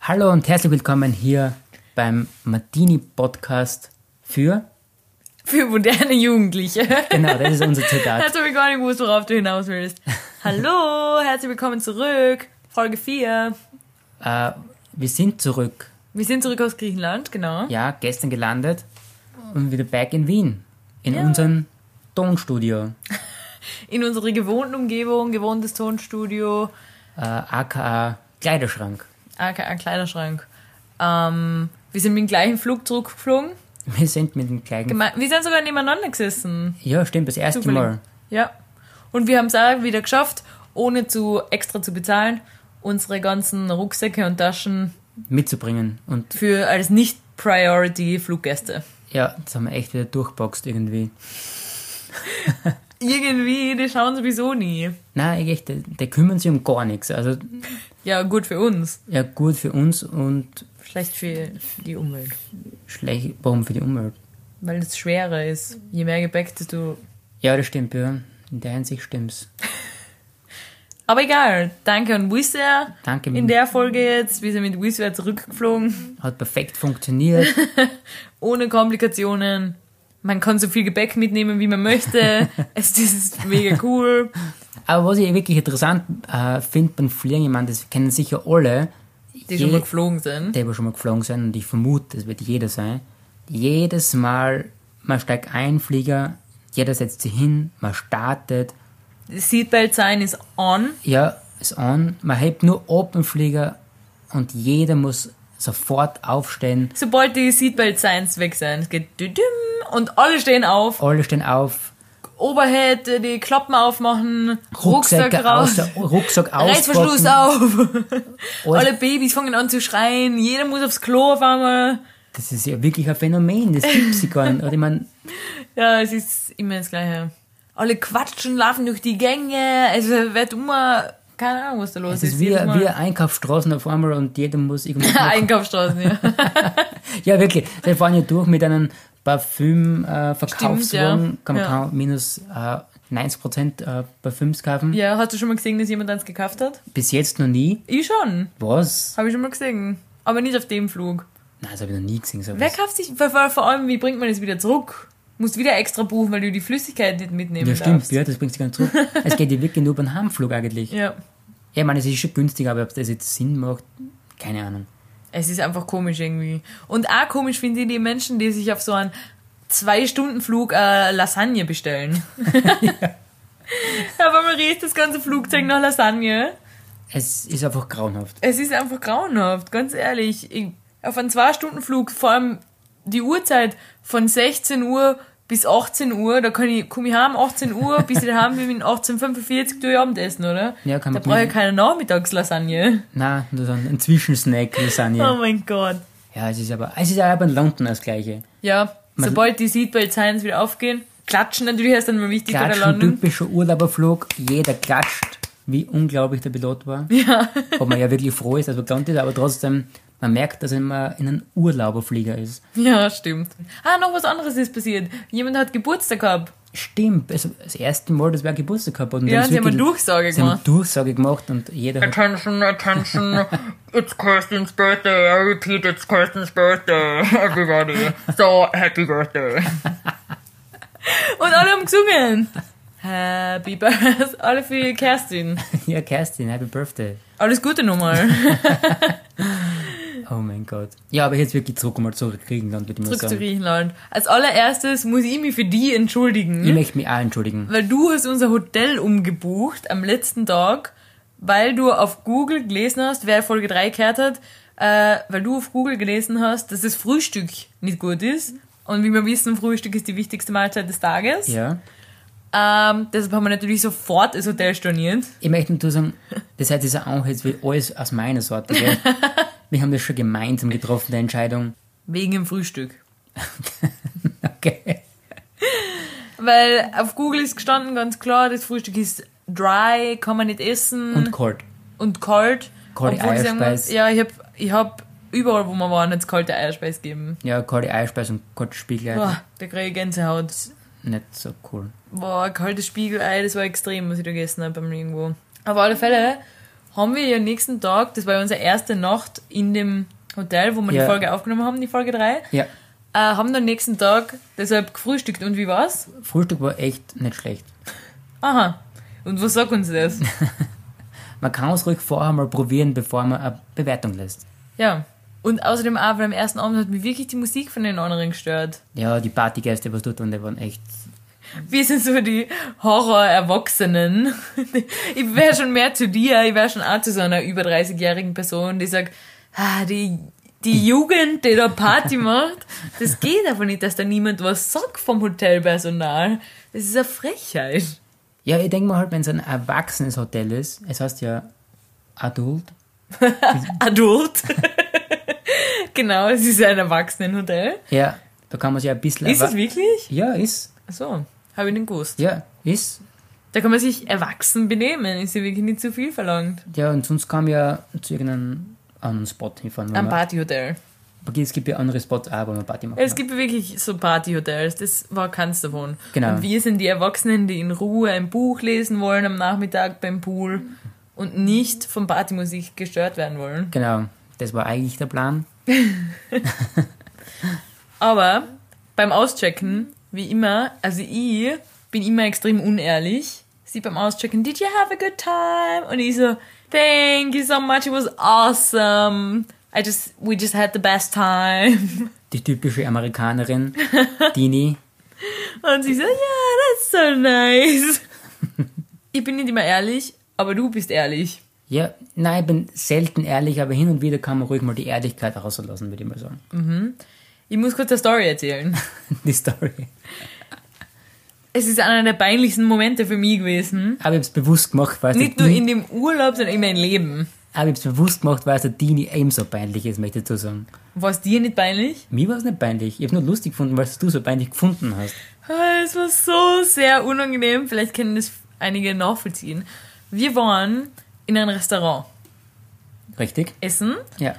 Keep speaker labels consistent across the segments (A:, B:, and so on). A: Hallo und herzlich willkommen hier beim Martini-Podcast für.
B: Für moderne Jugendliche.
A: Genau, das ist unser Zitat.
B: Jetzt habe ich gar nicht gewusst, worauf du hinaus willst. Hallo, herzlich willkommen zurück. Folge 4.
A: äh, wir sind zurück.
B: Wir sind zurück aus Griechenland, genau.
A: Ja, gestern gelandet und wieder back in Wien. In unserem Tonstudio,
B: In unserer gewohnten Umgebung, gewohntes Tonstudio,
A: äh, aka Kleiderschrank.
B: aka Kleiderschrank. Ähm, wir sind mit dem gleichen Flug zurückgeflogen.
A: Wir sind mit dem kleinen.
B: Geme- Wir sind sogar nebeneinander gesessen.
A: ja, stimmt, das erste
B: Zufällig.
A: Mal.
B: Ja. Und wir haben es auch wieder geschafft, ohne zu extra zu bezahlen, unsere ganzen Rucksäcke und Taschen
A: mitzubringen. Und
B: für als Nicht-Priority-Fluggäste.
A: ja, das haben wir echt wieder durchboxt irgendwie.
B: Irgendwie, die schauen sowieso nie.
A: Nein, echt, die, die kümmern sich um gar nichts. Also
B: Ja, gut für uns.
A: ja, gut für uns und
B: Schlecht für die Umwelt.
A: schlecht, warum für die Umwelt?
B: Weil es schwerer ist. Je mehr Gepäck, desto.
A: Ja, das stimmt, ja. In der Hinsicht stimmt's.
B: Aber egal. Danke an Wizz Air.
A: Danke,
B: In der Folge jetzt. Wir sind mit Wizz Air zurückgeflogen.
A: hat perfekt funktioniert.
B: Ohne Komplikationen. Man kann so viel Gepäck mitnehmen, wie man möchte. es ist mega cool.
A: Aber was ich wirklich interessant äh, finde beim Fliegen, ich meine, das kennen sicher alle,
B: Die schon
A: Je-
B: mal geflogen sind.
A: die aber schon mal geflogen sind, und ich vermute, das wird jeder sein. Jedes Mal, man steigt ein, Flieger, jeder setzt sich hin, man startet,
B: Seatbelt sein ist on.
A: Ja, ist an. Man hebt nur Open Flieger und jeder muss sofort aufstehen.
B: Sobald die Seatbelt Signs weg sind, es geht düdüm und alle stehen auf.
A: Alle stehen auf,
B: Oberhead, die Klappen aufmachen, Rucksack
A: Rucksäcke
B: raus,
A: aus, Rucksack
B: Reißverschluss
A: auspacken.
B: auf.
A: Alles.
B: Alle Babys fangen an zu schreien, jeder muss aufs Klo auf einmal.
A: Das ist ja wirklich ein Phänomen, das gibt's sie gar nicht. Oder ich mein,
B: Ja, es ist immer das Gleiche. Alle quatschen, laufen durch die Gänge, also wird immer, keine Ahnung, was da los
A: es ist
B: ist.
A: wie,
B: jedes Mal.
A: wie Einkaufsstraßen auf einmal und jeder muss irgendwie.
B: Einkaufsstraßen, ja.
A: ja, wirklich. Sie fahren ja durch mit einem Parfüm-Verkaufswagen.
B: Stimmt, ja.
A: Kann man
B: Ja.
A: kaum minus äh, 90% äh, Parfüms kaufen.
B: ja, hast du schon mal gesehen, dass jemand eins gekauft hat?
A: Bis jetzt noch nie.
B: Ich schon,
A: Was?
B: habe ich schon mal gesehen. Aber nicht auf dem Flug.
A: Nein, das habe ich noch nie gesehen. sowas.
B: Wer kauft sich, vor, vor vor allem, wie bringt man das wieder zurück? Musst wieder extra buchen, weil du die Flüssigkeit nicht mitnehmen
A: Ja,
B: darfst.
A: stimmt, ja, das bringt sich gar nicht zurück. es geht ja wirklich nur beim Heimflug eigentlich. Ja.
B: Ja.
A: Ich meine, es ist schon günstig, aber ob das jetzt Sinn macht, keine Ahnung.
B: Es ist einfach komisch irgendwie. Und auch komisch finde ich die Menschen, die sich auf so einen Zwei-Stunden-Flug äh, Lasagne bestellen. Aber man riecht das ganze Flugzeug nach Lasagne.
A: Es ist einfach grauenhaft.
B: Es ist einfach grauenhaft, ganz ehrlich. Ich, auf einen Zwei-Stunden-Flug, vor allem die Uhrzeit von 16 Uhr bis 18 Uhr, da kann ich, komm ich heim 18 Uhr, bis ich daheim bin, bin 18.45 Uhr durch Abendessen, oder?
A: Ja, kann
B: da
A: man-
B: brauche ich keine Nachmittagslasagne.
A: Nein, nur so ein ein Zwischensnack,
B: Oh
A: Lasagne.
B: mein Gott.
A: ja, es ist aber, es ist auch bei London das Gleiche.
B: Ja,
A: Man-
B: sobald die Seatbelt Science wieder aufgehen, klatschen natürlich erst einmal wichtig bei der
A: Klatschen,
B: Landung.
A: typischer Urlauberflug, jeder klatscht, wie unglaublich der Pilot war. Ja. Ob man ja wirklich froh ist, dass man gelandet ist, aber trotzdem, man merkt, dass man in einem Urlauberflieger ist.
B: Ja, stimmt. Ah, noch was anderes ist passiert. Jemand hat Geburtstag gehabt.
A: Stimmt, also das erste Mal, dass wir Geburtstag gehabt haben.
B: Ja,
A: dann
B: sie haben eine
A: wirklich-
B: Durchsage
A: sie haben eine
B: gemacht.
A: Durchsage gemacht und jeder hat
C: Attention, attention. it's Kirsten's birthday. I repeat, it's Kirsten's birthday, everybody. So, happy birthday.
B: Und alle haben gesungen. Happy Birthday. Alle für Kerstin.
A: Ja, Kerstin, happy birthday.
B: Alles Gute nochmal.
A: Oh mein Gott. Ja, aber jetzt wirklich zurück um mal zurück Griechenland, würde ich mal
B: Zurück zu
A: sagen.
B: Griechenland. Als allererstes muss ich mich für die entschuldigen.
A: Ich möchte mich auch entschuldigen.
B: weil du hast unser Hotel umgebucht am letzten Tag, weil du auf Google gelesen hast, wer Folge 3 gehört hat, äh, weil du auf Google gelesen hast, dass das Frühstück nicht gut ist. Und wie wir wissen, Frühstück ist die wichtigste Mahlzeit des Tages.
A: Ja.
B: Ähm, deshalb haben wir natürlich sofort das Hotel storniert.
A: Ich möchte nur sagen, das heißt, dieser Anhalt will alles aus meiner Sorte. Gell? Wir haben das schon gemeinsam getroffen, die Entscheidung.
B: Wegen dem Frühstück.
A: Okay.
B: Weil auf Google ist gestanden ganz klar, das Frühstück ist dry, kann man nicht essen.
A: Und cold.
B: und kalt.
A: Kalte
B: Mhm. Obwohl halt- ich sagen muss,
A: Eierspeis.
B: Ja, ich hab, ich hab überall, wo wir waren, jetzt kalte Eierspeis gegeben.
A: Ja, kalte Eierspeise und kalte Spiegel.
B: Boah, da krieg ich Gänsehaut.
A: Nicht so cool.
B: Boah, kaltes Spiegelei, das war extrem, was ich da gegessen hab beim Irgendwo. Auf alle Fälle haben wir ja nächsten Tag, das war ja unsere erste Nacht in dem Hotel, wo wir
A: Ja.
B: die Folge aufgenommen haben, die Folge 3,
A: Ja,
B: äh, haben dann nächsten Tag deshalb gefrühstückt. Und wie war's?
A: Frühstück war echt nicht schlecht.
B: Aha. Und was sagt uns das?
A: Man kann es ruhig vorher mal probieren, bevor man eine Bewertung lässt.
B: ja. Und außerdem auch beim ersten Abend hat mich wirklich die Musik von den anderen gestört.
A: Ja, die Partygäste, was dort waren, die waren echt
B: Wir sind so die Horror-Erwachsenen. Ich wäre schon mehr zu dir, ich wäre schon auch zu so einer über 30-jährigen Person, die sagt, ah, die, die Jugend, die da Party macht, das geht aber nicht, dass da niemand was sagt vom Hotelpersonal. Das ist eine Frechheit.
A: Ja, ich denke mal halt, wenn es ein erwachsenes Hotel ist, es heißt ja Adult,
B: Adult. genau, es ist ein Erwachsenenhotel.
A: ja, da kann man sich ja ein bisschen...
B: Ist es
A: erwa-
B: wirklich?
A: Ja, ist,
B: Ach So, habe ich den gewusst.
A: ja, ist.
B: Da kann man sich erwachsen benehmen, ist ja wirklich nicht zu viel verlangt.
A: Ja, und sonst kann man ja zu irgendeinem anderen Spot hinfahren. wenn
B: Ein
A: man,
B: Partyhotel.
A: es gibt ja andere Spots auch, wo man Party macht.
B: Es gibt wirklich so Partyhotels, das war keins davon.
A: Genau.
B: Und wir sind die Erwachsenen, die in Ruhe ein Buch lesen wollen am Nachmittag beim Pool und nicht von Partymusik gestört werden wollen.
A: Genau, das war eigentlich der Plan.
B: Aber beim Auschecken, wie immer, also ich bin immer extrem unehrlich. Sie beim Auschecken, did you have a good time? Und ich so, thank you so much, it was awesome. I just, we just had the best time.
A: Die typische Amerikanerin, Dini,
B: Und sie so, ja, that's so nice. ich bin nicht immer ehrlich, aber du bist ehrlich.
A: ja, nein, ich bin selten ehrlich, aber hin und wieder kann man ruhig mal die Ehrlichkeit rauslassen, würde ich mal sagen.
B: Ich muss kurz eine Story erzählen.
A: Die Story.
B: Es ist einer der peinlichsten Momente für mich gewesen.
A: Aber ich hab's bewusst gemacht, weil es
B: Nicht nur in dem Urlaub, sondern in meinem Leben.
A: Aber ich hab's bewusst gemacht, weil es der Dini eben so peinlich ist, möchte ich dazu sagen.
B: War es dir nicht peinlich?
A: Mir war es nicht peinlich. Ich habe nur lustig gefunden, weil es du so peinlich gefunden hast.
B: Ah, Es war so sehr unangenehm. Vielleicht können das einige nachvollziehen. Wir waren in einem Restaurant
A: Richtig?
B: essen.
A: Ja.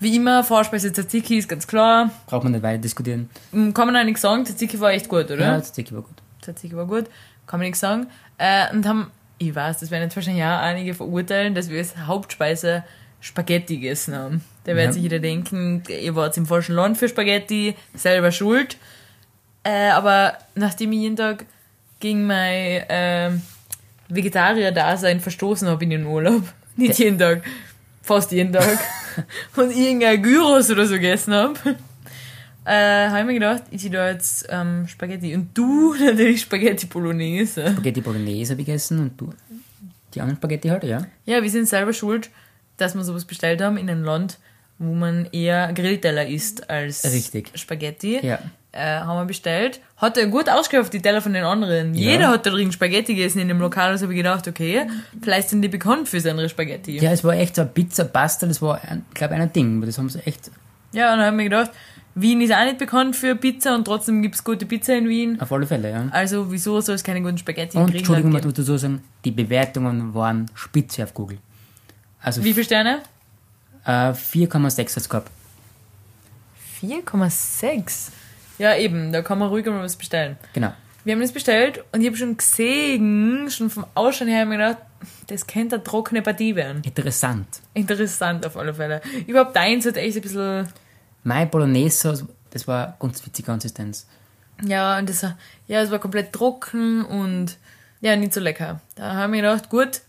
B: Wie immer, Vorspeise Tzatziki ist ganz klar.
A: Braucht man nicht weiter diskutieren.
B: Hm, Kann man auch nichts sagen, Tzatziki war echt gut, oder?
A: Ja, das Sticky war gut.
B: tatsächlich war gut, kann man nichts sagen. Äh, und haben, ich weiß, das werden jetzt wahrscheinlich auch einige verurteilen, dass wir als Hauptspeise Spaghetti gegessen haben. Da wird
A: Ja.
B: sich jeder denken, ihr wart im falschen Land für Spaghetti, selber schuld. Äh, aber nachdem ich jeden Tag gegen mein äh, Vegetarier-Dasein verstoßen habe in den Urlaub, nicht jeden Tag, fast jeden Tag, und irgendein Gyros oder so gegessen habe, äh, habe ich mir gedacht, ich zieh da jetzt ähm, Spaghetti. Und du natürlich Spaghetti Bolognese.
A: Spaghetti Bolognese habe ich gegessen und du. Die anderen Spaghetti halt, ja?
B: Ja, wir sind selber schuld, dass wir sowas bestellt haben in einem Land, wo man eher Grillteller isst als
A: Richtig.
B: Spaghetti.
A: Ja.
B: Äh, haben wir bestellt. Hat er gut ausgehofft, die Teller von den anderen.
A: Ja.
B: Jeder hat da drin Spaghetti gegessen in dem Lokal. Also habe ich gedacht, okay, vielleicht sind die bekannt für andere Spaghetti.
A: Ja, es war echt so eine Pizza, Pasta, das war, glaube ich, ein Ding. aber Das haben sie echt
B: Ja, und dann habe ich mir gedacht, Wien ist auch nicht bekannt für Pizza und trotzdem gibt's gute Pizza in Wien.
A: auf alle Fälle, ja.
B: Also wieso soll es keine guten Spaghetti in
A: Und
B: Griechenland
A: Entschuldigung, man
B: geben?
A: muss dazu sagen, die Bewertungen waren spitze auf Google. Also
B: Wie viele Sterne?
A: äh, 4,6 hat's gehabt.
B: 4,6. Ja, eben, da kann man ruhig mal was bestellen.
A: Genau.
B: Wir haben das bestellt und ich habe schon gesehen, schon vom Ausschauen her, hab ich mir gedacht, das könnte eine trockene Partie werden.
A: Interessant.
B: Interessant auf alle Fälle. Überhaupt deins hat echt ein bisschen,
A: Mein Bolognese, das war ganz witzige Konsistenz.
B: ja, und das, war- ja, es war komplett trocken und ja, nicht so lecker. Da haben wir gedacht, gut,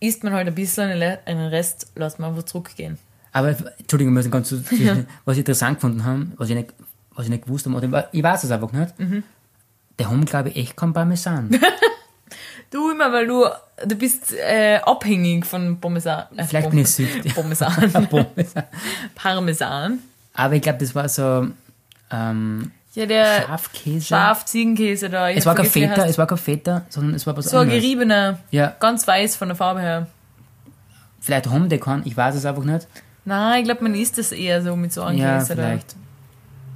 B: isst man halt ein bisschen, den Le- einen Rest lassen wir einfach zurückgehen.
A: Aber, Entschuldigung, wir müssen ganz zu, was ich interessant gefunden haben, was ich nicht, was ich nicht gewusst habe, oder ich weiß es einfach nicht.
B: Mhm.
A: Die haben, glaube ich, echt kein Parmesan.
B: Du immer, weil du, du bist äh, abhängig von Parmesan. Äh,
A: Vielleicht bin ich süchtig.
B: Parmesan.
A: Parmesan.
B: Parmesan.
A: Aber ich glaube, das war so ähm,
B: Ja, der
A: Schafkäse.
B: Äh, Schaf, Ziegenkäse da. Ich
A: es war
B: hab
A: kein
B: vergessen, wie er
A: Feta,
B: heißt.
A: es war kein Feta, sondern es war was
B: So ein
A: anderes.
B: geriebener,
A: Ja,
B: ganz weiß von der Farbe her.
A: vielleicht haben die keinen, ich weiß es einfach nicht.
B: Nein, ich glaube, man isst das eher so mit so einem
A: ja,
B: Käse da.
A: vielleicht.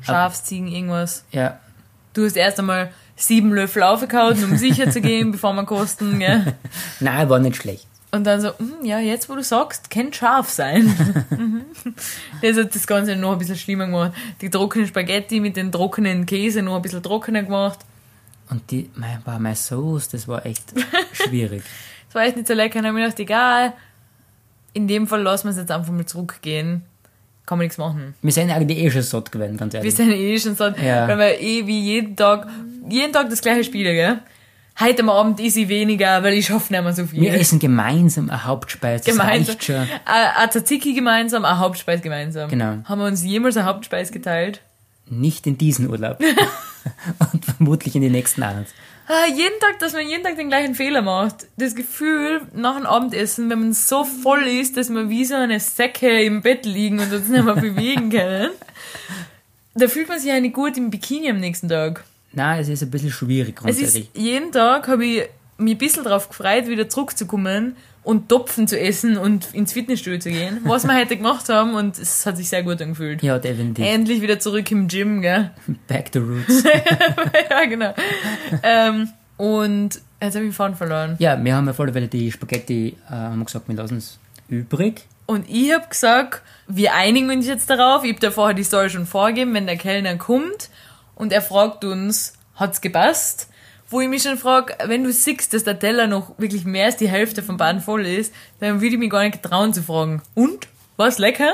B: Schafsziegen, irgendwas.
A: Ja,
B: Du hast erst einmal sieben Löffel aufgekaut, um sicher zu gehen, bevor wir kosten, gell?
A: nein, war nicht schlecht.
B: Und dann so, hm, ja, jetzt wo du sagst, kann scharf sein. Mhm. das hat das Ganze noch ein bisschen schlimmer gemacht. Die trockenen Spaghetti mit dem trockenen Käse noch ein bisschen trockener gemacht.
A: Und die, mein, boah, meine Sauce, das war echt schwierig.
B: Es war echt nicht so lecker. Dann habe ich mir gedacht, egal, in dem Fall lassen wir es jetzt einfach mal zurückgehen. Kann man nichts machen.
A: Wir sind eigentlich eh schon satt gewesen, ganz
B: Wir
A: ehrlich.
B: sind eh schon so,
A: Ja.
B: weil wir eh wie jeden Tag, jeden Tag das gleiche spielen, gell? Heute am Abend ist ich weniger, weil ich schaffe nicht mehr so viel.
A: Wir essen gemeinsam eine Hauptspeise.
B: gemeinsam.
A: Das
B: Äh,
A: reicht schon.
B: Ein ein Tzatziki gemeinsam, ein Hauptspeis gemeinsam.
A: Genau.
B: Haben wir uns jemals ein Hauptspeis geteilt?
A: Nicht in diesen Urlaub. Und vermutlich in den nächsten auch nicht.
B: Ah, jeden Tag, dass man jeden Tag den gleichen Fehler macht. Das Gefühl nach dem Abendessen, wenn man so voll ist, dass man wie so eine Säcke im Bett liegen und uns nicht mehr bewegen können. Da fühlt man sich ja nicht gut im Bikini am nächsten Tag.
A: Nein, es ist ein bisschen schwierig
B: Es ist,
A: grundsätzlich.
B: jeden Tag habe ich mich ein bisschen drauf gefreut, wieder zurückzukommen und Topfen zu essen und ins Fitnessstudio zu gehen, was wir heute gemacht haben und es hat sich sehr gut angefühlt.
A: Ja, definitiv.
B: Endlich wieder zurück im Gym, gell?
A: Back to roots.
B: ja, genau. ähm, und jetzt habe ich den Faden verloren.
A: ja, wir haben auf alle Fälle die Spaghetti, äh, haben wir gesagt, wir lassen es übrig.
B: Und ich habe gesagt, wir einigen uns jetzt darauf. Ich habe da vorher die Story schon vorgegeben, wenn der Kellner kommt und er fragt uns, hat's gepasst? Wo ich mich schon frage, wenn du siehst, dass der Teller noch wirklich mehr als die Hälfte vom Baden voll ist, dann würde ich mich gar nicht getrauen zu fragen. Und? War's lecker?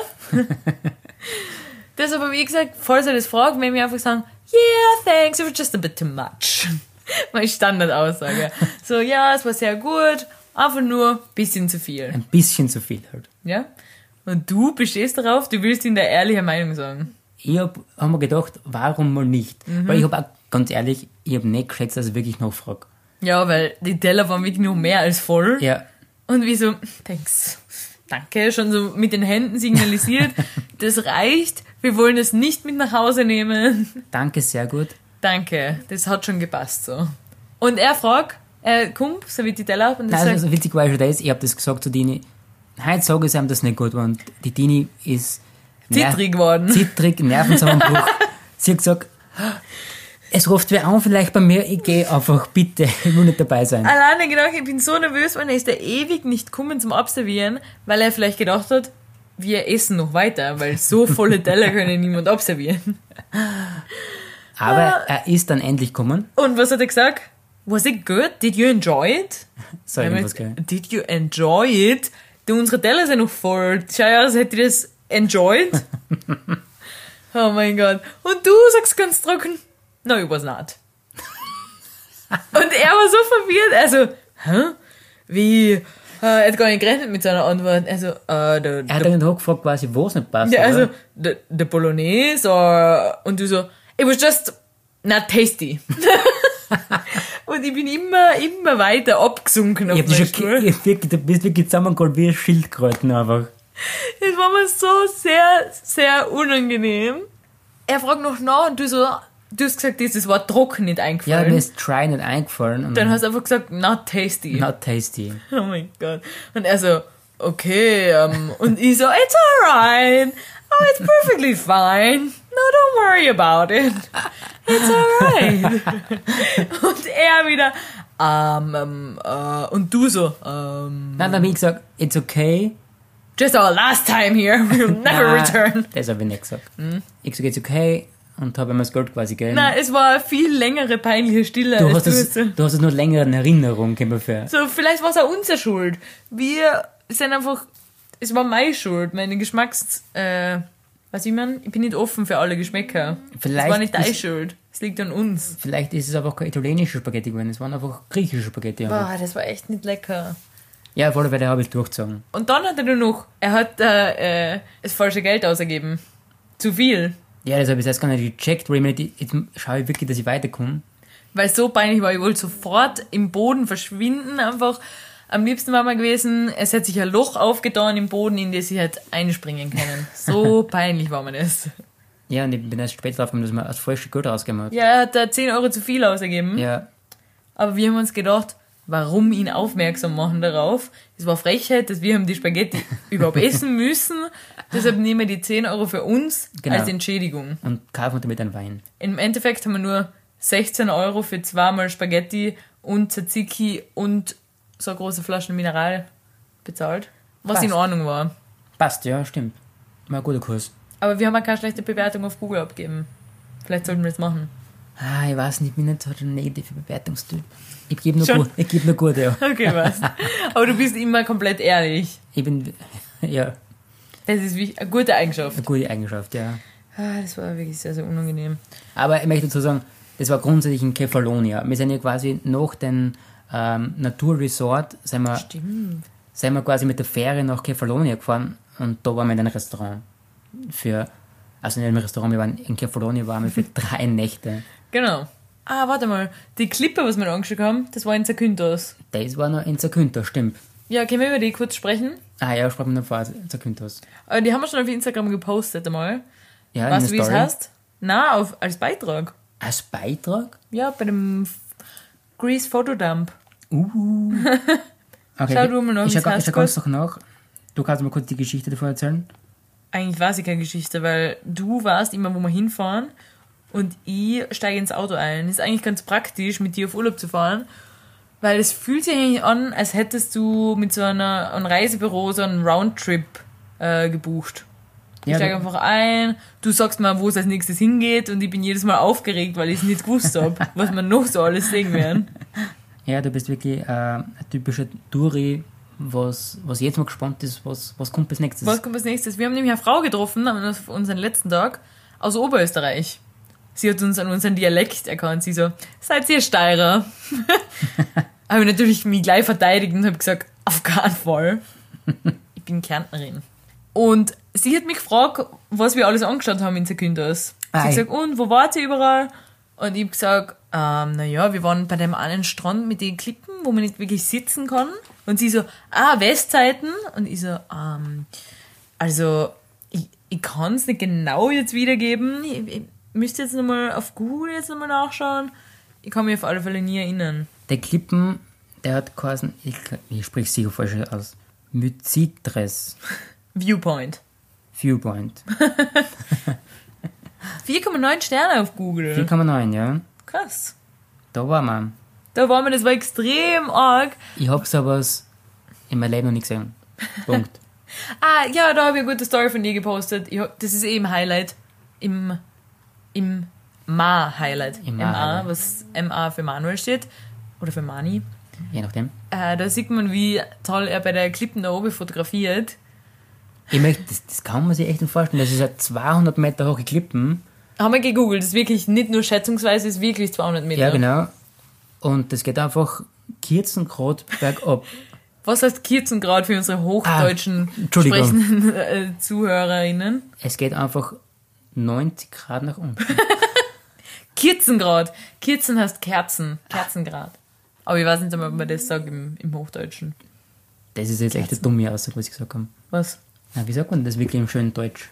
B: Deshalb habe ich gesagt, falls er das fragt, werde ich einfach sagen, yeah, thanks, it was just a bit too much. Meine Standardaussage. So, ja, es war sehr gut, einfach nur bisschen zu viel.
A: Ein bisschen zu viel halt.
B: Ja? Und du bestehst darauf, du willst ihm da ehrliche Meinung sagen.
A: Ich habe hab mir gedacht, warum mal nicht?
B: Mhm.
A: Weil ich habe auch, ganz ehrlich, ich habe nicht geschätzt, dass ich wirklich nachfrage.
B: Ja, weil die Teller waren wirklich nur mehr als voll.
A: Ja,
B: Und wie so, thanks, danke, schon so mit den Händen signalisiert, das reicht, wir wollen es nicht mit nach Hause nehmen.
A: danke, sehr gut.
B: Danke, das hat schon gepasst so. Und er fragt, er kommt, so wie die Teller ab und das
A: Nein,
B: sagt,
A: also witzig war schon das, ich habe das gesagt zu Dini. Heute sage ich ihm das nicht gut, und die Dini ist ner-
B: halt zittrig geworden.
A: zittrig, Nervenzusammenbruch. Sie hat gesagt, es ruft wer an, vielleicht bei mir, ich gehe einfach, bitte, ich will nicht dabei sein.
B: Alleine gedacht, ich bin so nervös, weil er ist ja ewig nicht kommen zum Abservieren, weil er vielleicht gedacht hat, wir essen noch weiter, weil so volle Teller können niemand abservieren.
A: Aber er ist dann endlich gekommen.
B: Und was hat er gesagt? Was it good? Did you enjoy it?
A: So,
B: Dann haben wir
A: irgendwas, gell?
B: gesagt, Did you enjoy it? Du, unsere Teller sind noch voll. Schau ja, als hätte ich das enjoyed. oh mein Gott. Und du sagst ganz trocken, no, it was not. Und er war so verwirrt, also, hä? Wie? Äh, er hat gar nicht gerechnet mit seiner Antwort. Also, äh, der,
A: Er hat dann nachgefragt, quasi, wo es nicht passt.
B: ja, also,
A: oder?
B: the, the Bolognese or, und du so, it was just not tasty. und ich bin immer, immer weiter abgesunken auf
A: ich hab dich
B: meinen
A: schon, ge-
B: Stuhl.
A: ich hab wirklich, du bist wirklich zusammengeholt wie Schildkröten einfach.
B: Das war mir so sehr, sehr unangenehm. Er fragt noch nach und du so, du hast gesagt, dieses Wort Druck nicht
A: Ja,
B: eingefallen.
A: mir ist Try nicht eingefallen und
B: Dann hast du einfach gesagt, not tasty.
A: not tasty.
B: Oh mein Gott. Und er so, okay, ähm, und ich so, it's alright. Oh, it's perfectly fine. No, don't worry about it. It's alright. Und er wieder, ähm, ähm, äh, und du so, ähm,
A: Nein, dann hab ich gesagt, it's okay.
B: just our last time here, we will never
A: Nein,
B: return. Hm.
A: Das habe ich nicht gesagt. Ich gesagt, it's okay und habe ihm das Geld quasi gegeben.
B: Na, es war eine viel längere peinliche Stille.
A: du, hast
B: als
A: es,
B: es-
A: du hast es nur länger in Erinnerung, käme mir vor.
B: So, vielleicht war es auch unsere Schuld. Wir sind einfach, es war meine Schuld, meine Geschmacks, äh, was ich meine, ich bin nicht offen für alle Geschmäcker.
A: Vielleicht
B: es war nicht deine
A: ist-
B: Schuld. Es liegt an uns.
A: Vielleicht ist es einfach keine italienische Spaghetti gewesen, es waren einfach griechische Spaghetti. einfach.
B: Boah, das war echt nicht lecker.
A: Ja, auf alle Fälle habe ich es durchgezogen.
B: Und dann hat er nur noch, er hat äh, äh, das falsche Geld ausgegeben. Zu viel.
A: Ja, das habe ich jetzt gar nicht gecheckt, weil ich mir nicht, jetzt schaue ich wirklich, dass ich weiterkomme.
B: Weil so peinlich war, ich wollte sofort im Boden verschwinden, einfach. Am liebsten war mir gewesen, es hätte sich ein Loch aufgetan im Boden, in das ich hätte einspringen können. So peinlich war mir das.
A: Ja, und ich bin erst später drauf gekommen, dass man das falsche Geld ausgegeben hat.
B: Ja, er hat da 10 Euro zu viel ausgegeben.
A: ja.
B: Aber wir haben uns gedacht, warum ihn aufmerksam machen darauf? Es war Frechheit, dass wir haben die Spaghetti überhaupt essen müssen. Deshalb nehmen wir die 10 Euro für uns
A: Genau.
B: als Entschädigung.
A: Und kaufen damit einen Wein.
B: Im Endeffekt haben wir nur 16 Euro für zweimal Spaghetti und Tzatziki und so große Flaschen Mineral bezahlt. Was
A: Passt.
B: in Ordnung war.
A: Passt, ja, stimmt. War ein guter Kurs.
B: Aber wir haben auch keine schlechte Bewertung auf Google abgegeben. Vielleicht sollten wir das machen.
A: Ah, ich weiß nicht, ich bin nicht so der negative Bewertungstyp. Ich gebe nur,
B: Schon.
A: gut, ich geb nur gute, ja.
B: Okay, was? Aber du bist immer komplett ehrlich.
A: Ich bin, ja,
B: Das ist wie eine gute Eigenschaft.
A: eine gute Eigenschaft, ja.
B: Ah, das war wirklich sehr, sehr unangenehm.
A: Aber ich möchte dazu sagen, das war grundsätzlich in Kefalonia. Wir sind ja quasi nach dem ähm, Naturresort, sind wir,
B: Stimmt.
A: sind wir quasi mit der Fähre nach Kefalonia gefahren und da waren wir in einem Restaurant. Für, also in einem Restaurant, wir waren in Kefalonia waren wir für drei Nächte.
B: Genau. Ah, warte mal. Die Klippe, was wir noch angeschaut haben, das war in Zakynthos.
A: Das war noch in Zakynthos, stimmt.
B: Ja, können wir über die kurz sprechen?
A: Ah ja, sprach mir noch vor Zakynthos.
B: Äh, Die haben wir schon auf Instagram gepostet einmal.
A: Ja, in
B: weißt du,
A: der
B: wie es
A: Story.
B: heißt? Na, auf, als Beitrag.
A: Als Beitrag?
B: Ja, bei dem F- Grease Fotodump.
A: Uh. Okay,
B: Schau du mal nach,
A: ich schau,
B: wie's heißt
A: ich schau ganz doch nach. Du kannst mir kurz die Geschichte davon erzählen.
B: Eigentlich weiß ich keine Geschichte, weil du weißt immer, wo wir hinfahren und ich steige ins Auto ein. Ist eigentlich ganz praktisch, mit dir auf Urlaub zu fahren, weil es fühlt sich eigentlich an, als hättest du mit so einer, einem Reisebüro so einen Roundtrip äh, gebucht. Ich
A: Ja,
B: steige
A: du-
B: einfach ein, du sagst mal, wo es als nächstes hingeht und ich bin jedes Mal aufgeregt, weil ich es nicht gewusst habe, was man noch so alles sehen werden.
A: Ja, du bist wirklich äh, ein typischer Touri, was, was jetzt mal gespannt ist, was, was kommt bis nächstes.
B: Was kommt als nächstes? Wir haben nämlich eine Frau getroffen an unserem letzten Tag aus Oberösterreich. Sie hat uns an unseren Dialekt erkannt. Sie so, seid ihr Steirer? habe ich natürlich mich gleich verteidigt und habe gesagt, auf keinen Fall. Ich bin Kärntnerin. Und sie hat mich gefragt, was wir alles angeschaut haben in Sekunders. Sie hat
A: Ei.
B: gesagt, und wo wart ihr überall? Und ich habe gesagt, ähm, naja, wir waren bei dem einen Strand mit den Klippen, wo man nicht wirklich sitzen kann. Und sie so, ah, Westseiten. Und ich so, ähm, also, ich, ich kann es nicht genau jetzt wiedergeben. Ich, ich müsste jetzt nochmal auf Google jetzt nochmal nachschauen. Ich kann mich auf alle Fälle nie erinnern.
A: Der Klippen, der hat geheißen, ich, ich spreche es sicher falsch aus, Myzitres
B: Viewpoint.
A: Viewpoint.
B: 4,9 Sterne auf Google.
A: 4,9, ja.
B: Krass.
A: Da waren wir.
B: Da war mir, das war extrem arg.
A: Ich hab's aber s- in meinem Leben noch nicht gesehen. Punkt.
B: Ah, ja, da habe ich eine gute Story von dir gepostet. Ich hab, das ist eh im Highlight. Im, im Ma-Highlight.
A: Im
B: MA,
A: Ma-Highlight.
B: was MA für Manuel steht. Oder für Mani.
A: Je nachdem.
B: Äh, da sieht man, wie toll er bei der Klippen da oben fotografiert.
A: Ich möchte, das, das kann man sich echt nicht vorstellen. Das ist ja 200 Meter hohe Klippen.
B: Haben wir gegoogelt, das ist wirklich nicht nur schätzungsweise, es ist wirklich 200 Meter.
A: Ja, genau. Und das geht einfach kerzengrad bergab.
B: Was heißt Kirzengrad für unsere hochdeutschen
A: Ah, Entschuldigung.
B: sprechenden äh, ZuhörerInnen?
A: Es geht einfach 90 Grad nach unten.
B: Kirzengrad. Kirzen heißt Kerzen. Kerzengrad. Aber ich weiß nicht, einmal, ob man das sagt im, im Hochdeutschen.
A: Das ist jetzt echt eine dumme Aussage, was ich gesagt habe.
B: Was?
A: Na, wie sagt man das wirklich im schönen Deutsch?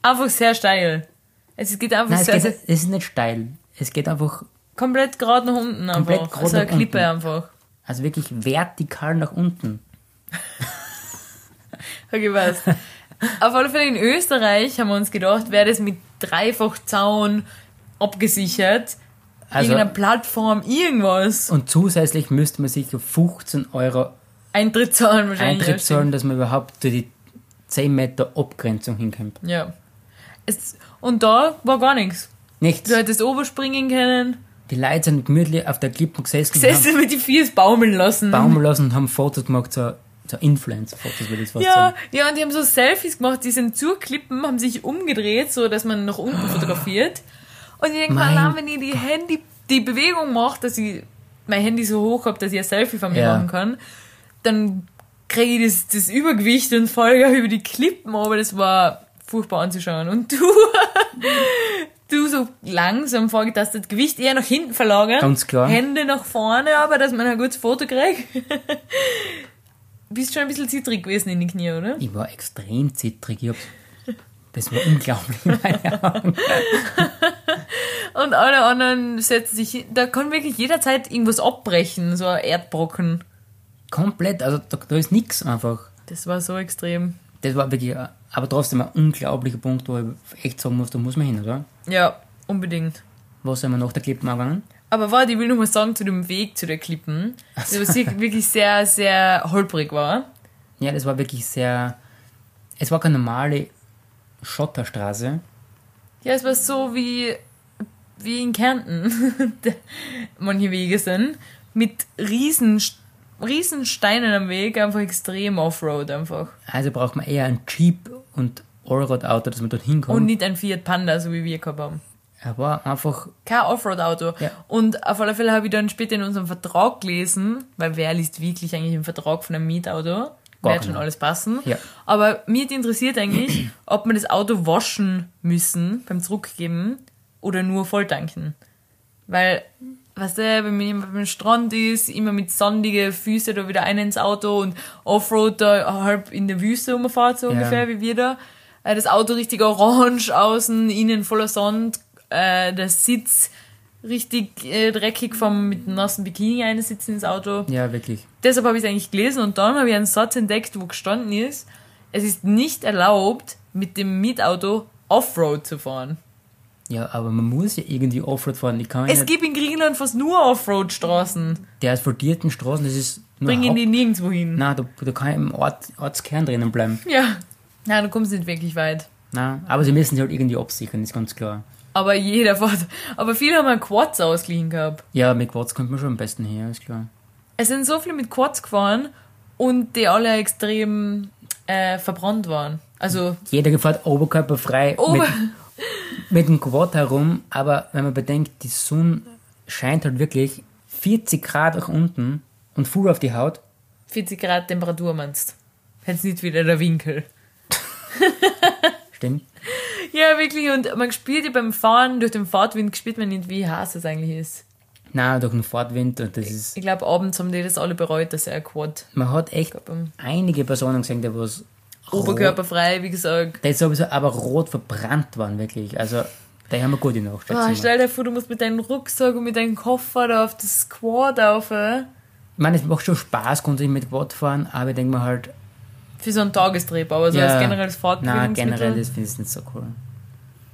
B: Einfach sehr steil. Es geht einfach
A: Nein, es,
B: sehr,
A: geht,
B: sehr,
A: es ist also- nicht steil. Es geht einfach,
B: komplett gerade nach unten
A: Komplett
B: einfach.
A: gerade
B: Also eine
A: nach unten.
B: Klippe einfach.
A: also wirklich vertikal nach unten.
B: Okay, was? Auf alle Fälle in Österreich haben wir uns gedacht, wäre das mit dreifach Zaun abgesichert.
A: Also,
B: irgendeiner Plattform, irgendwas.
A: und zusätzlich müsste man sicher 15 Euro
B: Eintritt zahlen wahrscheinlich.
A: Eintritt
B: ja, stimmt.
A: zahlen, dass man überhaupt zu die 10 Meter Abgrenzung hinkommt.
B: Ja. Es, und da war gar nichts.
A: Nichts.
B: Du hättest oberspringen können,
A: Die Leute sind gemütlich auf der Klippe gesessen, und haben
B: gesessen mit die Viers baumeln lassen.
A: Baum lassen und haben Fotos gemacht, so, so Influencer-Fotos würde ich fast
B: Ja,
A: sagen.
B: ja, und die haben so Selfies gemacht, die sind zur Klippen, haben sich umgedreht, so dass man nach unten fotografiert. Und ich denke mir,
A: Mein
B: allein wenn ich die Handy, die Bewegung mache, dass ich mein Handy so hoch habe, dass ich ein Selfie von mir
A: Ja.
B: machen kann, dann kriege ich das, das Übergewicht und folge über die Klippen, aber das war furchtbar anzuschauen. Und du, du so langsam vorgetastet, Gewicht eher nach hinten verlagern.
A: Ganz klar.
B: Hände nach vorne, aber dass man ein gutes Foto kriegt. Bist schon ein bisschen zittrig gewesen in den Knie, oder?
A: Ich war extrem zittrig. Ich hab's, das war unglaublich. Meine Augen.
B: Und alle anderen setzen sich hin. Da kann wirklich jederzeit irgendwas abbrechen, so ein Erdbrocken.
A: Komplett, also da, da ist nichts einfach.
B: Das war so extrem.
A: Das war wirklich, ein- aber trotzdem ein unglaublicher Punkt, wo ich echt sagen muss, da muss man hin, oder?
B: Ja, unbedingt.
A: Was sind wir nach der Klippen angegangen?
B: Aber warte, ich will noch mal sagen zu dem Weg zu der Klippen, der was wirklich- wirklich sehr, sehr holprig war.
A: Ja, das war wirklich sehr. Es war keine normale Schotterstraße.
B: Ja, es war so wie, wie in Kärnten manche Wege sind, mit riesen riesen Steinen am Weg, einfach extrem Offroad einfach.
A: Also braucht man eher ein Jeep und Allrad-Auto, dass man dorthin kommt.
B: Und nicht ein Fiat Panda, so wie wir gehabt haben.
A: Aber einfach,
B: Kein Offroad-Auto.
A: Ja.
B: Und auf alle Fälle habe ich dann später in unserem Vertrag gelesen, weil wer liest wirklich eigentlich im Vertrag von einem Mietauto?
A: Gar
B: Wird schon
A: keiner.
B: alles passen.
A: Ja.
B: Aber mir hat interessiert eigentlich, ob wir das Auto waschen müssen beim Zurückgeben oder nur volltanken. Weil, weißt du, wenn man immer beim Strand ist, immer mit sandigen Füßen da wieder ein ins Auto und Offroad da halb in der Wüste rumfährt, so ungefähr wie wir da. Äh, Das Auto richtig orange außen, innen voller Sand, äh, der Sitz richtig äh, dreckig vom mit einem nassen Bikini einsitzen ins Auto.
A: ja, wirklich.
B: Deshalb habe ich es eigentlich gelesen und dann habe ich einen Satz entdeckt, wo gestanden ist, es ist nicht erlaubt, mit dem Mietauto Offroad zu fahren.
A: Ja, aber man muss ja irgendwie Offroad fahren. Ich kann ja
B: Es
A: nicht,
B: gibt in Griechenland fast nur Offroad-Straßen.
A: die asphaltierten Straßen, das ist nur
B: Bringen die nirgendwo hin.
A: Nein, da, da kann ich im Ort, Ortskern drinnen bleiben.
B: Ja. Nein, du kommst nicht wirklich weit.
A: Nein, aber sie müssen sie halt irgendwie absichern, ist ganz klar.
B: Aber jeder fährt. Aber viele haben einen Quads ausgeliehen gehabt.
A: Ja, mit Quads kommt man schon am besten her, ist klar.
B: Es sind so viele mit Quads gefahren und die alle extrem äh, verbrannt waren. Also,
A: Jeder gefährt oberkörperfrei
B: Ober-
A: mit, mit dem Quad herum, aber wenn man bedenkt, die Sonne scheint halt wirklich 40 Grad nach unten und fuhr auf die Haut.
B: 40 Grad Temperatur meinst. Jetzt nicht wieder der Winkel.
A: Stimmt?
B: Ja, wirklich. Und man spürt ja beim Fahren durch den Fahrtwind, spürt man nicht, wie heiß es eigentlich ist.
A: Na, durch den Fortwind und das ist.
B: Ich glaube, abends haben die das alle bereut, dass er ein Quad.
A: Man hat echt
B: Körper-
A: einige Personen gesehen, die was. rot-
B: Oberkörperfrei, wie gesagt.
A: Die sowieso aber rot verbrannt waren, wirklich. Also, da haben wir gute Nacht.
B: Ah, stell dir vor, du musst mit deinem Rucksack und mit deinem Koffer da auf das Quad auf. äh.
A: Ich meine, es macht schon Spaß, grundsätzlich mit Quad fahren, aber ich denke mir halt,
B: Für so einen Tagestrip, aber so als generelles
A: Nein, generell,
B: Fortbewegungsmittel.
A: das finde ich nicht so cool.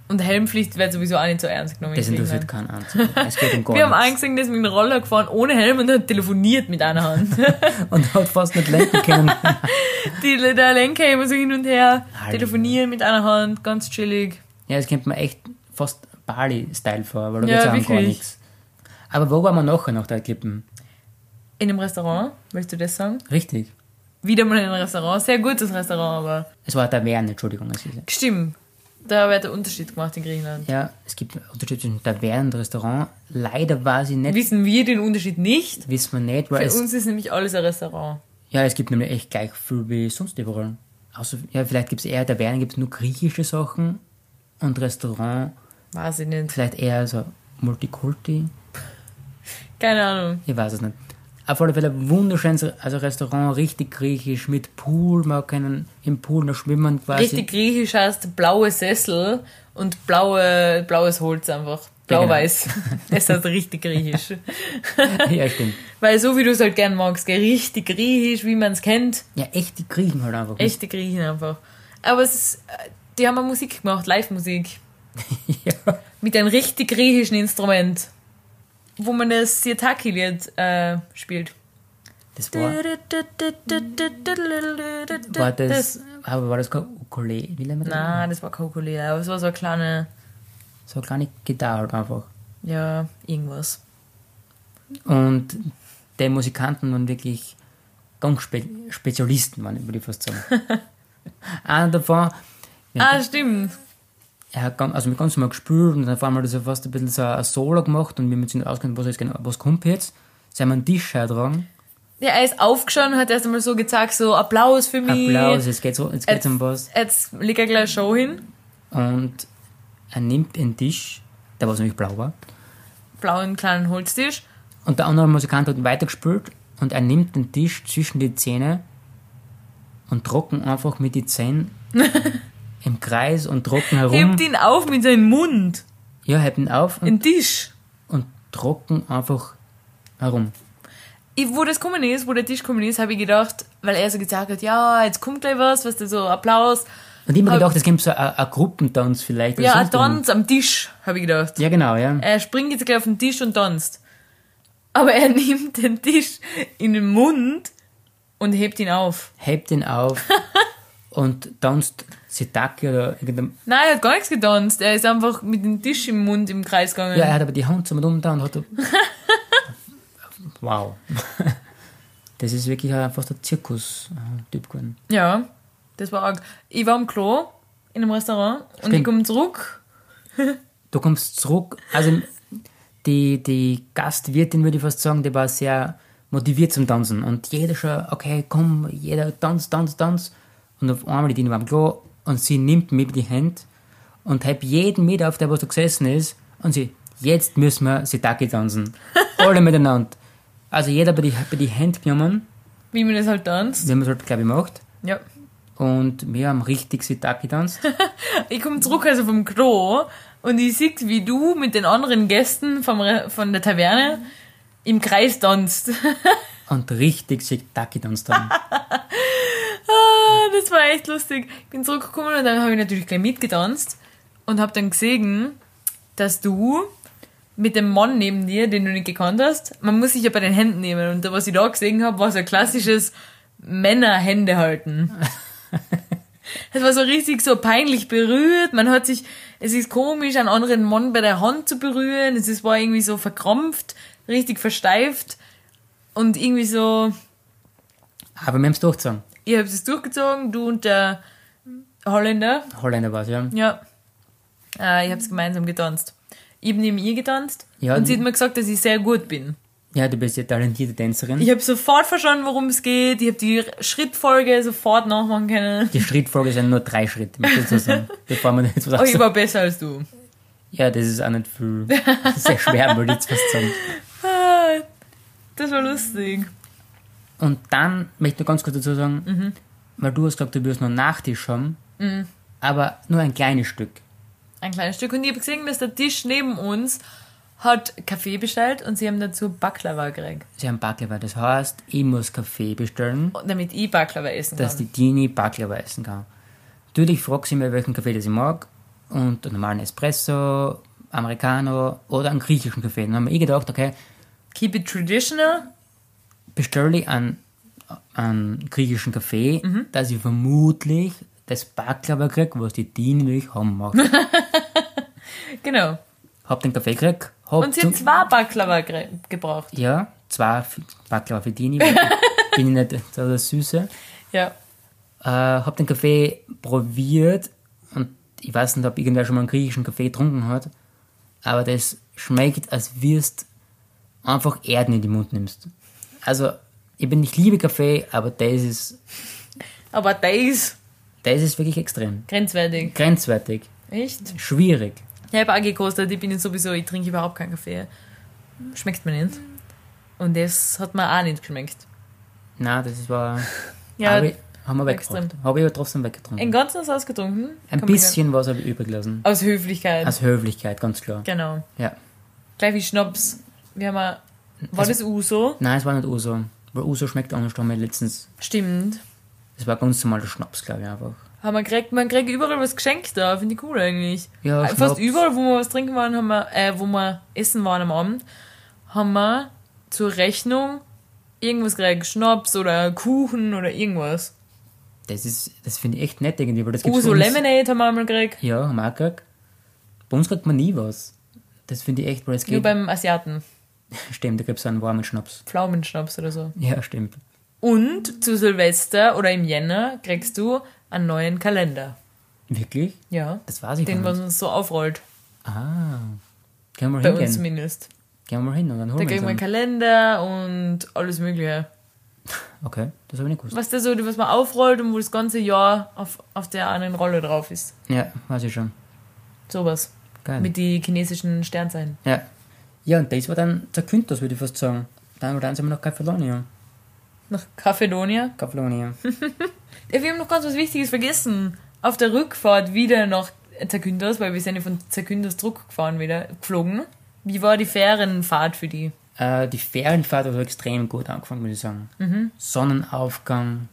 B: Und Helmpflicht wird sowieso auch nicht so ernst genommen.
A: Das
B: in
A: interessiert
B: Griechenland.
A: keinen einzigen. Es geht um gar
B: Wir haben
A: nichts.
B: angesehen, dass mit dem Roller gefahren ohne Helm und hat telefoniert mit einer Hand.
A: Und hat fast nicht lenken können.
B: Die, der Lenker immer so hin und her,
A: Nein.
B: telefonieren mit einer Hand, ganz chillig.
A: ja, das kommt mir echt fast Bali-Style vor, weil da
B: Ja,
A: ja, geht es gar
B: wirklich.
A: nichts. Aber wo waren wir nachher nach der Klippen?
B: In einem Restaurant, willst du das sagen?
A: Richtig.
B: Wieder mal in einem Restaurant, sehr gutes Restaurant, aber.
A: Es war eine Taverne, Entschuldigung. Es ist,
B: Stimmt, da wird der Unterschied gemacht in Griechenland.
A: ja, es gibt einen Unterschied zwischen Taverne und Restaurant. Leider war sie nicht,
B: Wissen wir den Unterschied nicht?
A: wissen wir nicht, weil
B: Bei
A: es,
B: uns ist nämlich alles ein Restaurant.
A: ja, es gibt nämlich echt gleich viel wie sonst überall. Außer, ja, vielleicht gibt es eher Taverne, gibt es nur griechische Sachen und Restaurant
B: Weiß ich nicht.
A: vielleicht eher so Multikulti.
B: Keine Ahnung.
A: Ich weiß es nicht. Auf alle Fälle ein wunderschönes also Restaurant, richtig griechisch, mit Pool. Man kann im Pool noch schwimmen quasi.
B: Richtig griechisch heißt blaue Sessel und blaue, blaues Holz einfach.
A: Genau.
B: Blau-weiß. Das heißt richtig griechisch.
A: Ja, stimmt.
B: Weil so wie du es halt gern magst, gell? richtig griechisch, wie man es kennt.
A: Ja, echt die Griechen halt einfach.
B: Echte Griechen einfach. Aber es ist, äh, die haben auch Musik gemacht, Live-Musik.
A: Ja.
B: Mit einem richtig griechischen Instrument. Wo man das Sirtaki-Lied äh, spielt.
A: Das war, war das, aber war das kein Ukulele? Wie nennt man das?
B: Na, das war kein Ukulele, aber es war so eine kleine,
A: So eine kleine Gitarre halt einfach.
B: ja, irgendwas.
A: Und die Musikanten waren wirklich ganz Spe Spezialisten, waren, würde ich fast sagen. Einer davon, ja,
B: Ah, stimmt.
A: er hat ganz, also mit ganz normal gespielt und dann auf einmal hat er so fast ein bisschen so ein Solo gemacht und wir haben uns nicht ausgekannt, was, jetzt genau- was kommt jetzt. Sie haben einen Tisch hergetragen.
B: Ja, er ist aufgestanden, hat erst einmal so gezeigt, so Applaus für mich.
A: Applaus, jetzt geht's, jetzt geht's
B: Jetzt-
A: um was.
B: Jetzt legt er gleich eine Show hin.
A: Und er nimmt einen Tisch, der was nämlich blau war.
B: Blauen kleinen Holztisch.
A: Und der andere Musikant hat weitergespielt und er nimmt den Tisch zwischen die Zähne und trocken einfach mit die Zähnen im Kreis und trocken herum.
B: Hebt ihn auf mit seinem Mund.
A: ja, hebt ihn auf und,
B: Den Tisch.
A: und trocken einfach herum.
B: ich, wo das gekommen ist, wo der Tisch gekommen ist, habe ich gedacht, weil er so gesagt hat, ja, jetzt kommt gleich was, weißt du, so Applaus.
A: Und ich habe mir
B: Hab-
A: gedacht, es gibt so ein ein Gruppentanz vielleicht. oder
B: ja, ein
A: sonst irgendwas.
B: Tanz am Tisch, habe ich gedacht.
A: Ja, genau, ja.
B: Er springt jetzt gleich auf den Tisch und tanzt. Aber er nimmt den Tisch in den Mund und hebt ihn auf.
A: Hebt ihn auf und tanzt Sitaki oder irgendein.
B: Nein, er hat gar nichts getanzt. Er ist einfach mit dem Tisch im Mund im Kreis gegangen.
A: Ja, er hat aber die Hand zum Dumm da und hat. wow. Das ist wirklich ein- fast ein Zirkus-Typ geworden.
B: Ja, das war arg. Ich war am Klo in einem Restaurant und ich
A: Stimmt.
B: komme zurück.
A: Du kommst zurück, also die, die Gastwirtin, würde ich fast sagen, die war sehr motiviert zum Tanzen. Und jeder schon, okay, komm, jeder tanz, tanz, tanz. Und auf einmal die Dina war am Klo und sie nimmt mir die Hand und hebt jeden mit auf, der was da gesessen ist. Und sie, jetzt müssen wir Sitaki tanzen. Alle miteinander. Also jeder bei die, bei die Hand genommen,
B: Wie man das halt tanzt.
A: wie man es halt, glaube ich, macht.
B: Ja.
A: Und wir haben richtig Sitaki getanzt.
B: Ich komme zurück also vom Klo und ich sehe, wie du mit den anderen Gästen vom Re von der Taverne im Kreis tanzt.
A: und richtig Sitaki getanzt haben.
B: Ah, das war echt lustig. Ich bin zurückgekommen und dann habe ich natürlich gleich mitgetanzt und habe dann gesehen, dass du mit dem Mann neben dir, den du nicht gekannt hast, man muss sich ja bei den Händen nehmen. Und was ich da gesehen habe, war so ein klassisches Männer-Hände halten. Es war so richtig so peinlich berührt. Man hat sich, es ist komisch, einen anderen Mann bei der Hand zu berühren. Es ist, war irgendwie so verkrampft, richtig versteift und irgendwie so,
A: Aber wir haben es durchgezogen.
B: Ihr habt es durchgezogen, du und der Holländer.
A: Holländer war es, ja.
B: Ja. Äh, ihr habt gemeinsam getanzt. Ich hab neben ihr getanzt
A: Ja,
B: und sie
A: die-
B: hat mir gesagt, dass ich sehr gut bin.
A: Ja, du bist ja talentierte Tänzerin.
B: Ich habe sofort verstanden, worum es geht. Ich habe die Schrittfolge sofort nachmachen können.
A: Die Schrittfolge sind nur drei Schritte, möchte ich so sagen. Bevor man jetzt was
B: Oh, ich
A: sagt.
B: war besser als du.
A: Ja, das ist auch nicht viel. Das ist sehr schwer, würde ich jetzt fast sagen.
B: Ah, Das war lustig.
A: Und dann möchte ich nur ganz kurz dazu sagen,
B: Mhm.
A: weil du hast gesagt, du wirst noch Nachtisch haben, aber nur ein kleines Stück.
B: Ein kleines Stück. Und ich habe gesehen, dass der Tisch neben uns hat Kaffee bestellt und sie haben dazu Baklava gekriegt.
A: Sie haben Baklava. Das heißt, ich muss Kaffee bestellen,
B: Und Damit ich Baklava essen
A: dass
B: kann.
A: die Dini Baklava essen kann. Natürlich fragt sie mir, welchen Kaffee das ich mag. Und einen normalen Espresso, Americano oder einen griechischen Kaffee. Dann habe ich gedacht, okay,
B: Keep it traditional.
A: bestelle ich einen, einen griechischen Kaffee,
B: Mhm.
A: dass ich vermutlich das Baklava kriege, was die dienlich haben mag.
B: Genau.
A: hab den Kaffee gekriegt, hab
B: Und sie
A: zum-
B: hat zwei Baklava gere- gebraucht.
A: ja, zwei für- Baklava für Dini, weil ich bin ich nicht so der Süße.
B: Ja.
A: Äh, hab den Kaffee probiert und ich weiß nicht, ob irgendwer schon mal einen griechischen Kaffee getrunken hat, aber das schmeckt, als wirst einfach Erden in den Mund nimmst. Also, ich bin, ich liebe Kaffee, aber das ist,
B: Aber der ist
A: das ist wirklich extrem.
B: grenzwertig.
A: Grenzwertig.
B: Echt?
A: Schwierig.
B: Ich habe auch gekostet, ich bin jetzt sowieso, ich trinke überhaupt keinen Kaffee. Schmeckt mir nicht. Und das hat mir auch nicht geschmeckt.
A: Na, das war.
B: Ja,
A: hab ich, haben wir
B: extrem.
A: weggebracht. Habe ich aber trotzdem weggetrunken.
B: im Ganzen ist ausgetrunken.
A: Ein
B: Kann man
A: bisschen was habe ich übrig gelassen.
B: sagen. Aus Höflichkeit.
A: Als Höflichkeit, ganz klar.
B: genau.
A: Ja.
B: Gleich wie Schnaps. Wir haben auch,
A: Also
B: war das Uso?
A: Nein, es war nicht Uso. Weil Uso schmeckt anders, haben wir letztens.
B: Stimmt.
A: Es war ganz normaler Schnaps, glaube ich, einfach.
B: Haben wir gekriegt, man kriegt überall was geschenkt da, finde ich cool eigentlich.
A: Ja,
B: Äh, Fast
A: Schnaps.
B: überall, wo wir was trinken waren, haben wir, äh, wo wir essen waren am Abend, haben wir zur Rechnung irgendwas gekriegt, Schnaps oder Kuchen oder irgendwas.
A: Das ist, das finde ich echt nett irgendwie, weil das gibt's
B: Uso
A: bei uns-
B: Lemonade haben wir einmal gekriegt,
A: Ja, haben wir auch gekriegt. Bei uns kriegt man nie was. Das finde ich echt, weil es
B: nur
A: geht.
B: beim Asiaten,
A: Stimmt, da gibt es einen warmen Schnaps.
B: Pflaumenschnaps oder so.
A: Ja, stimmt.
B: Und zu Silvester oder im Jänner kriegst du einen neuen Kalender.
A: Wirklich?
B: Ja,
A: Das weiß ich
B: den,
A: gar
B: was
A: nicht.
B: uns so aufrollt,
A: Ah. Gehen wir mal
B: bei uns
A: hingehen.
B: zumindest.
A: Gehen wir mal hin und dann
B: Da
A: holen wir
B: kriegen wir einen
A: uns einen.
B: Kalender und alles mögliche.
A: Okay, das habe ich nicht gewusst.
B: Was der so, was man aufrollt und wo das ganze Jahr auf, auf der einen Rolle drauf ist.
A: Ja, weiß ich schon.
B: Sowas.
A: Geil.
B: Mit die chinesischen Sternzeichen.
A: Ja. Ja, und das war dann zerkündet, würde ich fast sagen. Dann, dann sind wir nach Kaffeelonia.
B: Nach Kaffedonia.
A: Kaffeelonia.
B: Ja, wir haben noch ganz was Wichtiges vergessen. Auf der Rückfahrt wieder nach Zakynthos, weil wir sind ja von Zakynthos Druck gefahren wieder, geflogen. Wie war die Fährenfahrt für die?
A: äh, die Ferienfahrt hat extrem gut angefangen, würde ich sagen. Sonnenaufgang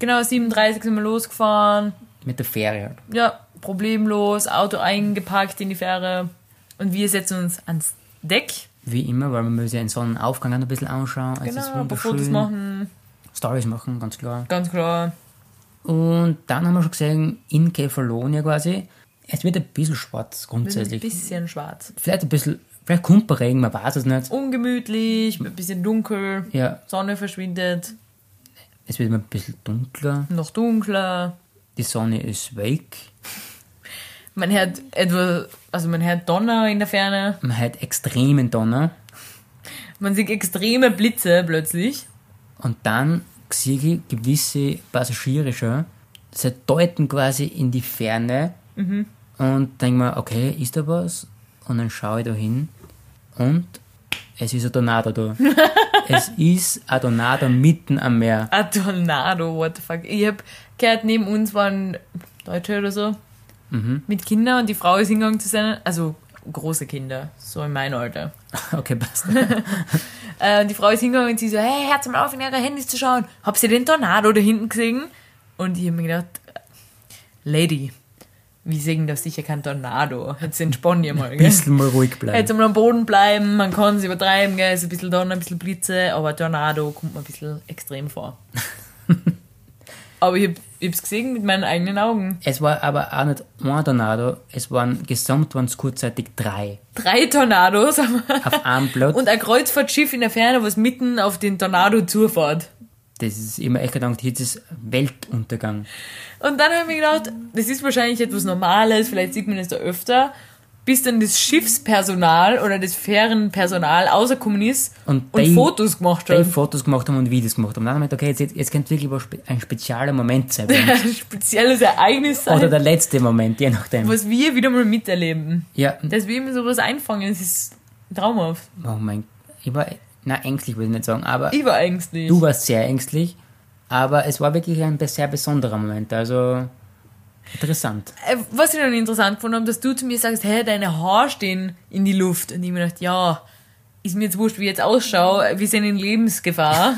B: Genau, 37 sind wir losgefahren.
A: mit der Fähre halt.
B: Ja, problemlos, Auto eingepackt in die Fähre. Und wir setzen uns ans Deck.
A: Wie immer, weil man muss ja den Sonnenaufgang auch noch ein bisschen anschauen. es ist
B: Genau, ein paar
A: wunderschön.
B: Fotos machen.
A: Stories machen, ganz klar.
B: Ganz klar.
A: Und dann haben wir schon gesehen, in Kefalonia quasi, es wird ein bisschen schwarz
B: Ein
A: grundsätzlich.
B: bisschen schwarz.
A: Vielleicht ein bisschen, vielleicht kommt bei Regen, man weiß es nicht.
B: ungemütlich, ein bisschen dunkel,
A: Ja,
B: Sonne verschwindet.
A: Es wird immer ein bisschen dunkler.
B: Noch dunkler.
A: Die Sonne ist weg.
B: Man hört etwa, also man hört Donner in der Ferne.
A: Man hat extremen Donner.
B: Man sieht extreme Blitze plötzlich.
A: Und dann sehe ich gewisse Passagiere schon. Sie deuten quasi in die Ferne. Und denke mir, okay, ist da was? Und dann schaue ich da hin. Und es ist ein Tornado da. es ist ein Tornado mitten am Meer.
B: Ein Tornado, what the fuck. Ich hab gehört, neben uns waren Deutsche oder so mit Kindern und die Frau ist hingegangen zu seinen, also große Kinder, so in meinem Alter.
A: Okay, passt.
B: Äh, und die Frau ist hingegangen und sie so, hey, hört mal auf, in ihre Handys zu schauen. Habt ihr den Tornado da hinten gesehen? Und ich habe mir gedacht, äh, Lady, wir sehen doch sicher kein Tornado. Jetzt entspann ihr mal,
A: Ein
B: gell?
A: bisschen mal ruhig bleiben.
B: Jetzt einmal am Boden bleiben, man kann es übertreiben, gell? Ist ein bisschen Donner, ein bisschen Blitze, aber Tornado kommt mir ein bisschen extrem vor. aber ich habe es gesehen mit meinen eigenen Augen.
A: Es war aber auch nicht ein Tornado, es waren gesamt waren es kurzzeitig drei.
B: Drei Tornados
A: Auf einem Blatt.
B: und ein Kreuzfahrtschiff in der Ferne, was mitten auf den Tornado zufährt.
A: das ist immer echt gedacht, jetzt ist Weltuntergang.
B: Und dann habe ich mir gedacht, das ist wahrscheinlich etwas Normales, vielleicht sieht man es da öfter, bis dann das Schiffspersonal oder das Fährenpersonal außer ist und,
A: Und die-
B: Fotos gemacht
A: Weil
B: hat.
A: Fotos gemacht haben und Videos gemacht haben. Dann haben wir gedacht, okay, jetzt, jetzt könnte wirklich was spe- ein spezieller Moment sein.
B: Ein spezielles Ereignis
A: Oder
B: sein,
A: der letzte Moment, je nachdem.
B: was wir wieder mal miterleben.
A: Ja,
B: Dass wir immer sowas einfangen, das ist traumhaft.
A: oh mein, ich war, na ängstlich würde ich nicht sagen, aber
B: Ich war ängstlich.
A: du warst sehr ängstlich. Aber es war wirklich ein sehr besonderer Moment, also interessant.
B: Äh, Was ich dann interessant gefunden habe, dass du zu mir sagst, hey, deine Haare stehen in die Luft. Und ich mir gedacht, ja, ist mir jetzt wurscht, wie ich jetzt ausschaue, wir sind in Lebensgefahr.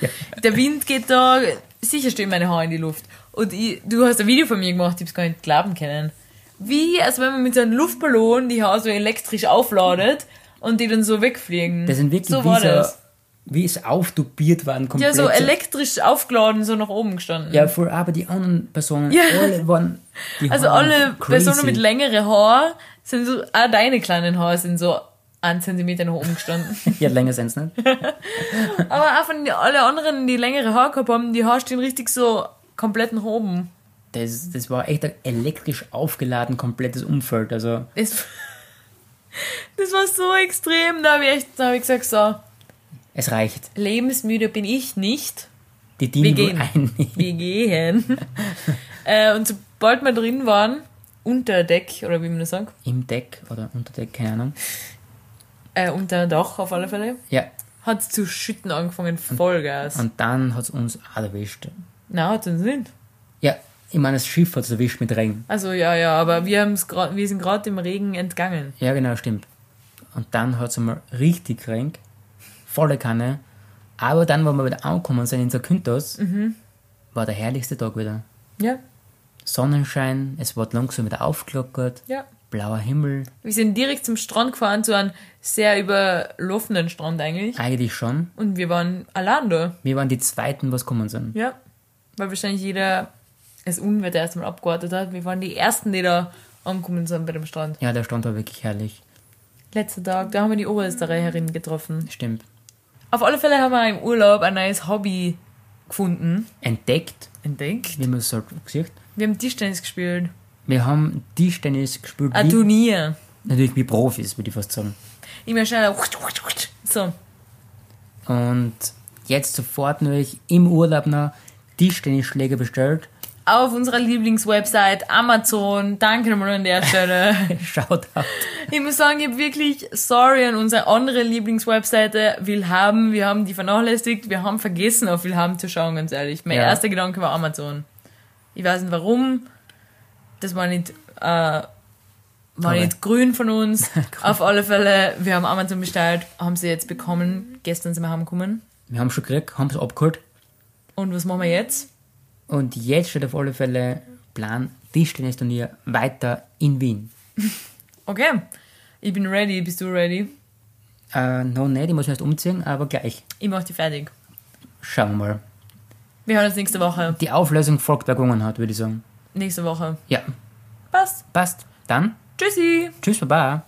A: ja.
B: der Wind geht da, sicher stehen meine Haare in die Luft. Und ich, du hast ein Video von mir gemacht, ich hab's gar nicht glauben können. Wie, als wenn man mit so einem Luftballon die Haare so elektrisch aufladet und die dann so wegfliegen.
A: Das sind wirklich
B: so
A: wie,
B: war
A: so,
B: das.
A: wie es aufdubiert waren,
B: Ja,
A: komplett.
B: so elektrisch aufgeladen, so nach oben gestanden.
A: Ja, voll, aber die anderen Personen,
B: Ja.
A: alle waren. Die
B: also
A: waren
B: alle
A: crazy.
B: Personen mit längeren Haaren sind so, auch deine kleinen Haare sind so einen Zentimeter nach oben gestanden.
A: Ja, länger sind's nicht.
B: Aber auch von den, alle anderen, die längere Haare gehabt haben, die Haare stehen richtig so komplett nach oben.
A: Das, das war echt ein elektrisch aufgeladen komplettes Umfeld. Also,
B: Das, das war so extrem. Da habe ich, echt- da hab ich gesagt, so,
A: es reicht.
B: lebensmüde bin ich nicht.
A: Die Dinge
B: Wir gehen.
A: ein.
B: Wir gehen. äh, und sobald wir drin waren, unter Deck, oder wie man das sagt,
A: Im Deck oder unter Deck, keine Ahnung.
B: äh, unter Dach auf alle Fälle,
A: Ja,
B: hat es zu schütten angefangen, Vollgas.
A: und dann hat es uns auch erwischt.
B: Na, hat uns nicht.
A: Ja, ich meine, das Schiff hat es erwischt mit Regen.
B: Also ja, ja, aber wir, haben's gra- wir sind gerade dem Regen entgangen.
A: Ja, genau, stimmt. Und dann hat es einmal richtig geregnet. Volle Kanne. Aber dann, wo wir wieder angekommen sind in Zakynthos,
B: Mhm.
A: war der herrlichste Tag wieder.
B: Ja,
A: Sonnenschein, es wird langsam wieder aufgelockert,
B: ja.
A: blauer Himmel,
B: Wir sind direkt zum Strand gefahren, zu einem sehr überlaufenden Strand eigentlich.
A: eigentlich schon.
B: Und wir waren allein da.
A: Wir waren die Zweiten, was kommen sind.
B: Ja, weil wahrscheinlich jeder das Unwetter erstmal abgewartet hat. Wir waren die Ersten, die da angekommen sind bei dem Strand.
A: Ja, der Strand war wirklich herrlich.
B: Letzter Tag, da haben wir die Oberösterreicherin getroffen.
A: Stimmt.
B: Auf alle Fälle haben wir im Urlaub ein neues Hobby gefunden,
A: Entdeckt,
B: entdeckt.
A: wie man es halt gesagt.
B: Wir haben Tischtennis gespielt.
A: Wir haben Tischtennis gespielt,
B: Ein
A: wie,
B: Turnier.
A: natürlich wie Profis, würde ich fast sagen.
B: Immer schneller. So,
A: Und jetzt sofort natürlich im Urlaub noch Tischtennisschläge bestellt.
B: auf unserer Lieblingswebsite Amazon. Danke nochmal an der Stelle.
A: Shoutout.
B: Ich muss sagen, ich hab wirklich sorry an unsere andere Lieblingswebseite Willhaben. Wir haben die vernachlässigt. Wir haben vergessen, auf Willhaben zu schauen, ganz ehrlich. Mein
A: Ja.
B: erster Gedanke war Amazon. Ich weiß nicht warum. Das war nicht, äh, war
A: Sorry.
B: nicht grün von uns. auf alle Fälle, wir haben Amazon bestellt, haben sie jetzt bekommen. Gestern sind wir heimgekommen.
A: Wir haben schon gekriegt, haben es abgeholt.
B: Und was machen wir jetzt?
A: Und jetzt steht auf alle Fälle Plan Tischtennisturnier weiter in Wien.
B: Okay. Ich bin ready. Bist du ready?
A: Äh, noch nicht, ich muss mich erst umziehen, aber gleich.
B: Ich mach die fertig.
A: Schauen wir mal.
B: Wir hören uns nächste Woche.
A: Die Auflösung folgt, wer gewonnen hat, würde ich sagen.
B: Nächste Woche.
A: Ja,
B: Passt.
A: passt. Dann,
B: Tschüssi.
A: tschüss, baba.